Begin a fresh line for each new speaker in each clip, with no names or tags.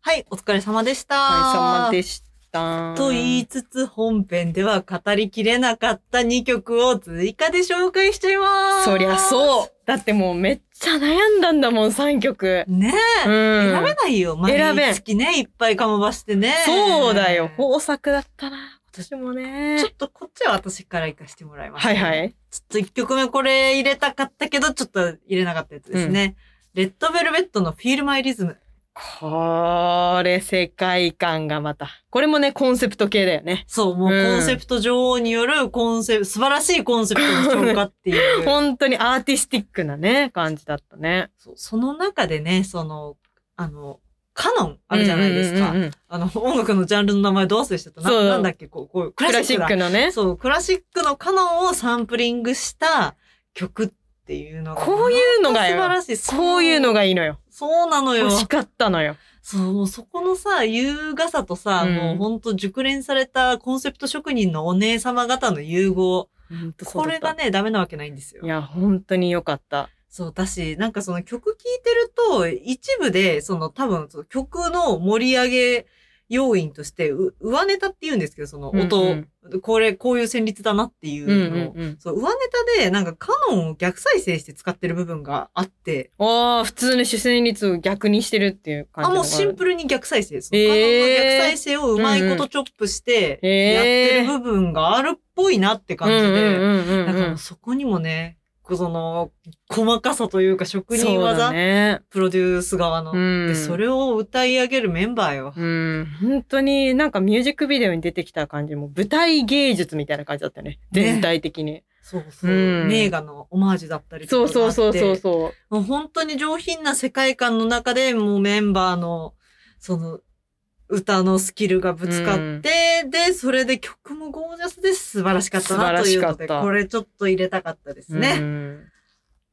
はい、お疲れ様でした。
お疲れ様でした。
と言いつつ本編では語りきれなかった2曲を追加で紹介しちゃいます。
そりゃそう。だってもうめっちゃ悩んだんだもん、3曲。
う。ねえ。
う
選
ん。
べないよ。毎
選べん
月ね、いっぱいかもばしてね。
そうだよ。豊作だったな。今年もね。
ちょっとこっちは私から行かせてもらいます。
はいはい。
ちょっと1曲目これ入れたかったけど、ちょっと入れなかったやつですね。レッドベルベットのフィールマイリズム。
これ、世界観がまた。これもね、コンセプト系だよね。
そう、もう
うん
コンセプト女王によるコンセプト、素晴らしいコンセプトの評価って いう。
本当にアーティスティックなね、感じだったね。
そうその中でね、その、あの、カノンあるじゃないですか。
うんうんうんうん
あの、音楽のジャンルの名前どう忘れしちゃったな
そう
なんだっけこう、こう、ク
ク
ラ
ラ
シ
シ
ック
ッ
だ
クのね。
そう、クラシックのカノンをサンプリングした曲っていうのが。
こういうのが
素晴
よ。
らしい。そ
こういうのがいいのよ。
そうなのよ
欲。しかったのよ。
そう、もうそこのさ、優雅さとさ、
うん
もうほんと熟練されたコンセプト職人のお姉様方の融合。
本当そ
こ
うだっ
れが
た
ね、ダメなわけないんですよ
い。や、本当に良かった。
そう、だし、なんかその曲聴いてると、一部で、その多分、その曲の盛り上げ要因として、う上ネタって言うんですけど、その音、
うん
これ、こういう旋律だなっていう
うんうん
のを、
うん。
そう、上ネタで、なんかカノンを逆再生して使ってる部分があって、
ああ、普通の主旋律を逆にしてるっていう感
あ、
じ
も
のがあ
うシ
る
ンプルに逆再生です。
えー
カノンの逆再生をうまいことチョップして、
うんうんえー
やってる部分があるっぽいなって感じで、
うんうんうんうん
だからもうそこにもね、こうその、細かさというか職人
そう
技、
だね。
プロデュース側の。
うん
で、それを歌い上げるメンバーよ。
うん、本当になんかミュージックビデオに出てきた感じも舞台芸術みたいな感じだったよね。全体的に。
そうそう。
うん
名画のオマージュだったりと
そう
かが
そ
あ
う
って。
そうそうそう。
もう本当に上品な世界観の中で、もうメンバーの、その、歌のスキルがぶつかって、で、それで曲もゴージャスです。素晴らしかったなというの
素晴らし
で、
かった
これちょっと入れたかったです
う
ね。
ん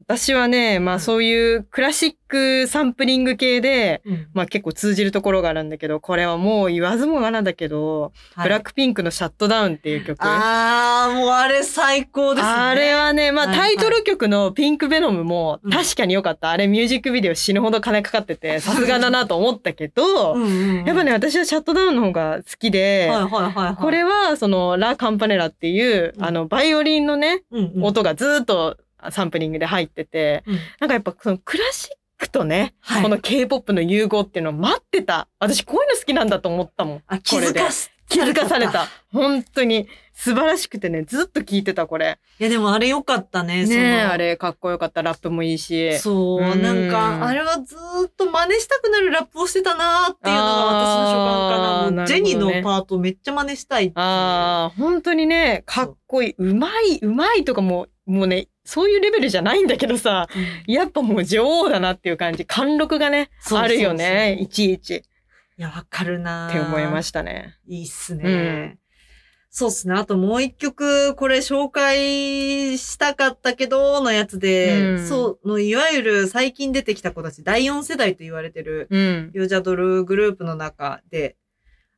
私はね、ま
う
あ
ん
そういうクラシックサンプリング系で、
うん
まあ結構通じるところがあるんだけど、これはもう言わずもがなんだけど、
はい
ブラックピンクのシャットダウンっていう曲。
あー、もうあれ最高ですね。
あれはね、まあ
はい
タイトル曲のピンクベノムも
うん
確かに良かった。あれミュージックビデオ死ぬほど金かかってて、さすがだなと思ったけど、
うんうんうん
やっぱ、ね、私はシャットダウンの方が好きで、
はいはいはいはい。
これは、その、ラ・カンパネラっていう、
うん
あの、バイオリンのね、
うんうん、
音がずーっとサンプリングで入ってて、
うん
なんかやっぱそのクラシックとね、
はい
この K-POP の融合っていうのを待ってた。私こういうの好きなんだと思ったもん。
あ、気
これ
づ
で
かす。
気づかされ
い
た。本当に素晴らしくてね、ずっと聞いてた、これ。
や、でもあれ良かったね。
ねえ、
その
あ。れかっこよかった。ラップもいいし。
そう、
うん
なんか、あれはずーっと真似したくなるラップをしてたなーっていうのが私の所感か
あ
な。
ー
もう
なるほどね
ジェニーのパートめっちゃ真似したいっていう。
ああ、本当にね、かっこいい。うまい、うまいとかもう、もうね、そういうレベルじゃないんだけどさ、
うん
やっぱもう女王だなっていう感じ、貫禄がね、
そうそうそう
あるよね、いちいちっ
いや、わかるなー
て思いましたね。
いいっす
う
ね。そうっすね。あともう一曲、これ紹介したかったけど、のやつで、
うん
そうの、いわゆる最近出てきた子たち、第4世代と言われてる、
うん。
ヨジャドルグループの中で、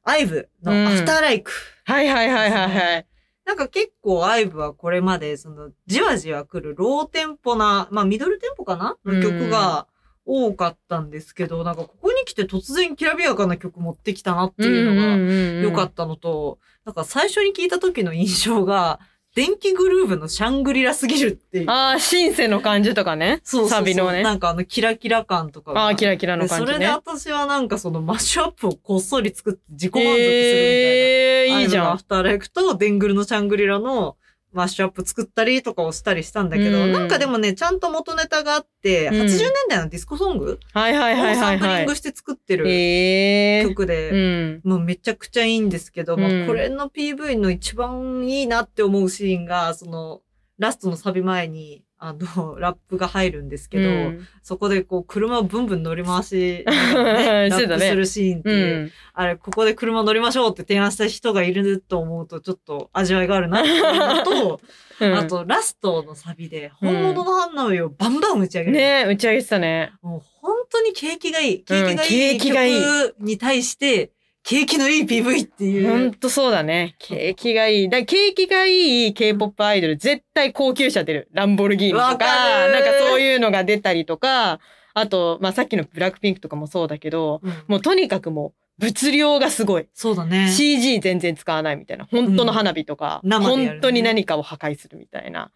アイブのアフターライク。
はいはいはいはいはい。
なんか結構アイブはこれまで、その、じわじわ来るローテンポな、まあミドルテンポかなの曲が多かったんですけど、なんかここに来て突然きらびやかな曲持ってきたなっていうのが、良か
た。
ったのと、なんか最初に聞いた時の印象が、電気グルーヴのシャングリラすぎるっていう。
ああ、シンセの感じとかね。
そうそうそう
サビのね。
なんかあのキラキラ感とかが。
ああ、キラキラの
でそ
感じ
れで
ね。
私はなんかそのマッシュアップをこっそり作って自己満足するみたいな。
ええー、いい
アイド
じ
ルの
ゃ
ア
ん
フ。ターライクとデングルのシャングリラのマッシュアップ作ったりとかをしたりしたんだけど、
うん
なんかでもね、ちゃんと元ネタがあって、
うん
80年代のディスコソング
はいはい
を
はいは
サ
い
ンプリ
は
ン
い
グ。して作ってる
ええー。
曲で、
うん。
もうめちゃくちゃいいんですけど、
う
まあ、
ん
これの PV の一番いいなって思うシーンが、その、ラストのサビ前に、あの、ラップが入るんですけど、
うん
そこでこう、車をブンブン乗り回 し、ねラ
して
ッ
たね
プするシーンって
う
いう、
ん。
あれ、ここで車乗りましょうって提案した人がいると思うと、ちょっと味わいがあるなっていうのと、
うん
あ、と、ラストのサビで、
うん
本物の花火をバンバン打ち上げる。
ね打ち上げてたね。
もう本当に景気がいい。景気がい
うん
い
景気がいい
曲に対して、景気のいい PV っていう。
ほんとそうだね。景気がいい。だ景気がいい K-POP アイドル、絶対高級車出る。ランボルギーニと
わか
か、
る
なんかそういうのが出たりとか、あと、まあ、さっきのブラックピンクとかもそうだけど、
うん
もうとにかくもう物量がすごい。
そうだね。
CG 全然使わないみたいな。本当の花火とか、
うん生でやるね
本当に何かを破壊するみたいな。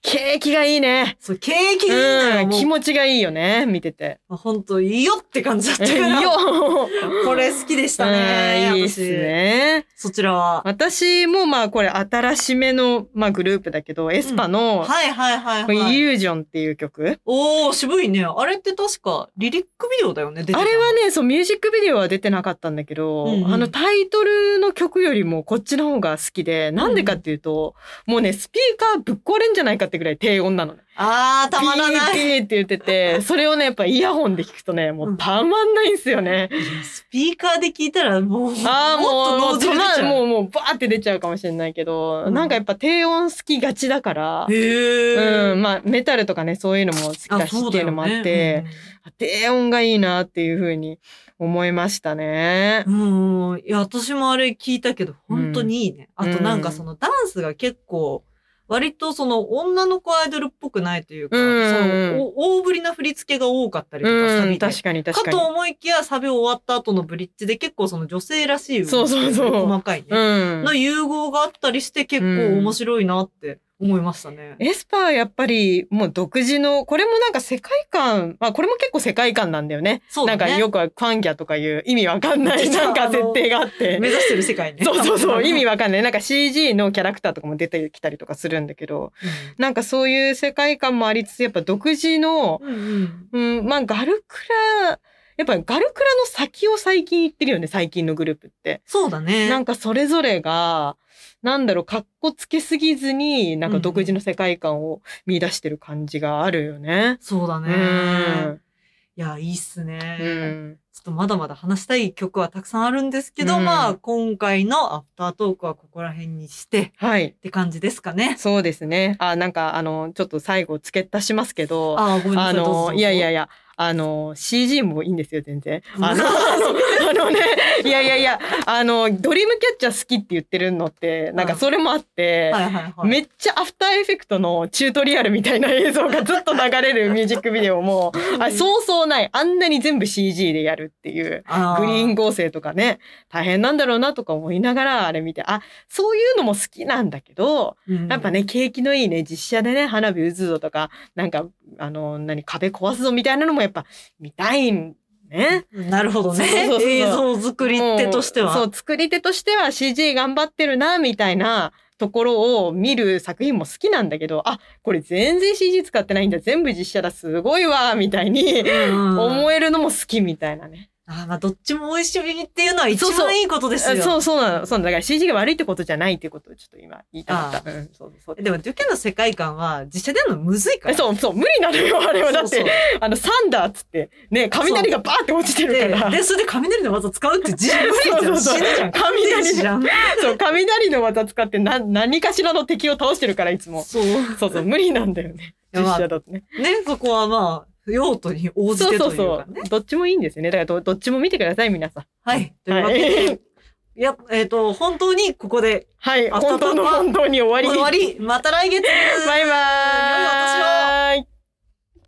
景気がいいね。
そう、景気いいの
う
よ。
ん、
も
気
う
持ちがいいよね。見てて。
本当いいよって感じだった
い
か
い
ら。
よ。
これ好きでしたね。
うんいいっ
私
すね。
そちらは。
私もまあこれ新しめの、まあ、グループだけど、エスパの、
はいはいはい
これイ
はい。
リュージョンっていう曲。
おー、渋いね。あれって確かリリックビデオだよね、出てた
あ
の
れはね、そう、ミュージックビデオは出てなかったんだけど、
うんうん
あのタイトルの曲よりもこっちの方が好きで、なんでかっていうと、もうね、スピーカーぶっ壊れんじゃないかってぐらい低音なのね。
あー、たまらない。
ピーピーって言っ てて、それをね、やっぱイヤホンで聞くとね、もうたまんないんですよね。
スピーカーで聞いたらもう、
ああ、もう、
も
も
っと同
う、
時に
た
出ちゃう。
まもう、もう、バーって出ちゃうかもしれないけど、
うん
なんかやっぱ低音好きがちだから、
へー。
うん、まあ、メタルとかね、そういうのも好きだしっていうのもあって、低音がいいなっていうふうに思いましたね
う。ん、うんいや、私もあれ聞いたけど、本当にいいね。
うん
あとなんかそのダンスが結構、割とその女の子アイドルっぽくないというか、
うん
そのお大振りな振り付けが多かったりとか、サ
う
ビ
ん、
で。
確かに確
か
かに
と。思いきや、サビ終わった後のブリッジで結構その女性らしい動き
そうそうそう
細かいね、
うん
の。融合があったりして結構面白いなって思いましたね。
エスパーはやっぱりもう独自の、これもなんか世界観、まあこれも結構世界観なんだよね。
そうだね
なんかよくはファンギャとかいう意味わかんない
実は
なん
あ
か
の
設定があって。
目指してる世界ね。
そうそうそう、意味
は。
わかんない。なんか CG のキャラクターとかも出てきたりとかするんだけど、なんかそういう世界観もありつつ、やっぱ独自の、
うんうん。
うん、まあガルクラ、やっぱりガルクラの先を最近言ってるよね、最近のグループって。
そうだね。
なんかそれぞれが、なんだろう、かっこつけすぎずに、なんか独自の世界観を見出してる感じがあるよね。
そうだ
う
ね。
ん。
いや、いいっすね、
うん。
ちょっとまだまだ話したい曲はたくさんあるんですけど、
うん
まあ、今回のアフタートークはここら辺にして、
はい
っ。て感じですかね。
そうですね。あ、なんかあの、ちょっと最後付け足しますけど、
あー、ごめんなさ
あ
い。どうぞどう
の、
ぞ
いやいやいや、あの、CG もいいんですよ、全然。
うん
あの、 あのね、いやいやいや、あの、ドリームキャッチャー好きって言ってるのって、なんかそれもあって、
はいはいはい。
めっちゃアフターエフェクトのチュートリアルみたいな映像がずっと流れるミュージックビデ オも、あそうそうない。あんなに全部 CG でやるっていう。
あ
グリーン
ン。
合成とかね、大変なんだろうなとか思いながらあれ見て、あ、そういうのも好きなんだけど、
うん
やっぱ。ね、景気のいいね、実写でね、花火打つぞとか、なんか、あの、何、壁壊すぞみたいなのもやっぱ見たいんね。
なるほどね。
そうそうそうそう
映像作り手としては。
もうそう、作り手としては CG 頑張ってるな、みたいなところを見る作品も好きなんだけど、あ、これ全然 CG 使ってないんだ、全部実写だ、すごいわ、みたいに
うんうん
思えるのも好きみたいなね。
あーまあ、どっちも美味しいっていうのは一
そうそう
番いいことですよ。
そうそうなの、そうなのだから CG が悪いってことじゃないっていうことをちょっと今言いたかった。うん、そうそうそう。
でも、デュケの世界観は実写でやるのむずいから。
えそうそう、無理なのよ、あれは。だって、
そうそう
あの、サンダーっつって、ね、雷がバーって落ちてるから。
でで、それで雷の技使うって自分無理じゃん。
そうそうそう
死ぬじゃん。
雷
電子じゃん。
そう、雷の技使ってな、何かしらの敵を倒してるから、いつも。
そう。ね、
そうそう、無理なんだよね。
や
実
まあ
写だとね。
そこはまあ、用途に応じ
そう
て
そ
というう
そ
か
う
ね。。
どっちもいいんですよね。だからど、どっちも見てください、皆さん。
はい。というわけで、、
はい
や、えっ、と、本当にここで
はい、
あ
本当の
パパ
本当に終わり。
終わり。また来月
バイバー
良い
イ。
お年を
イ。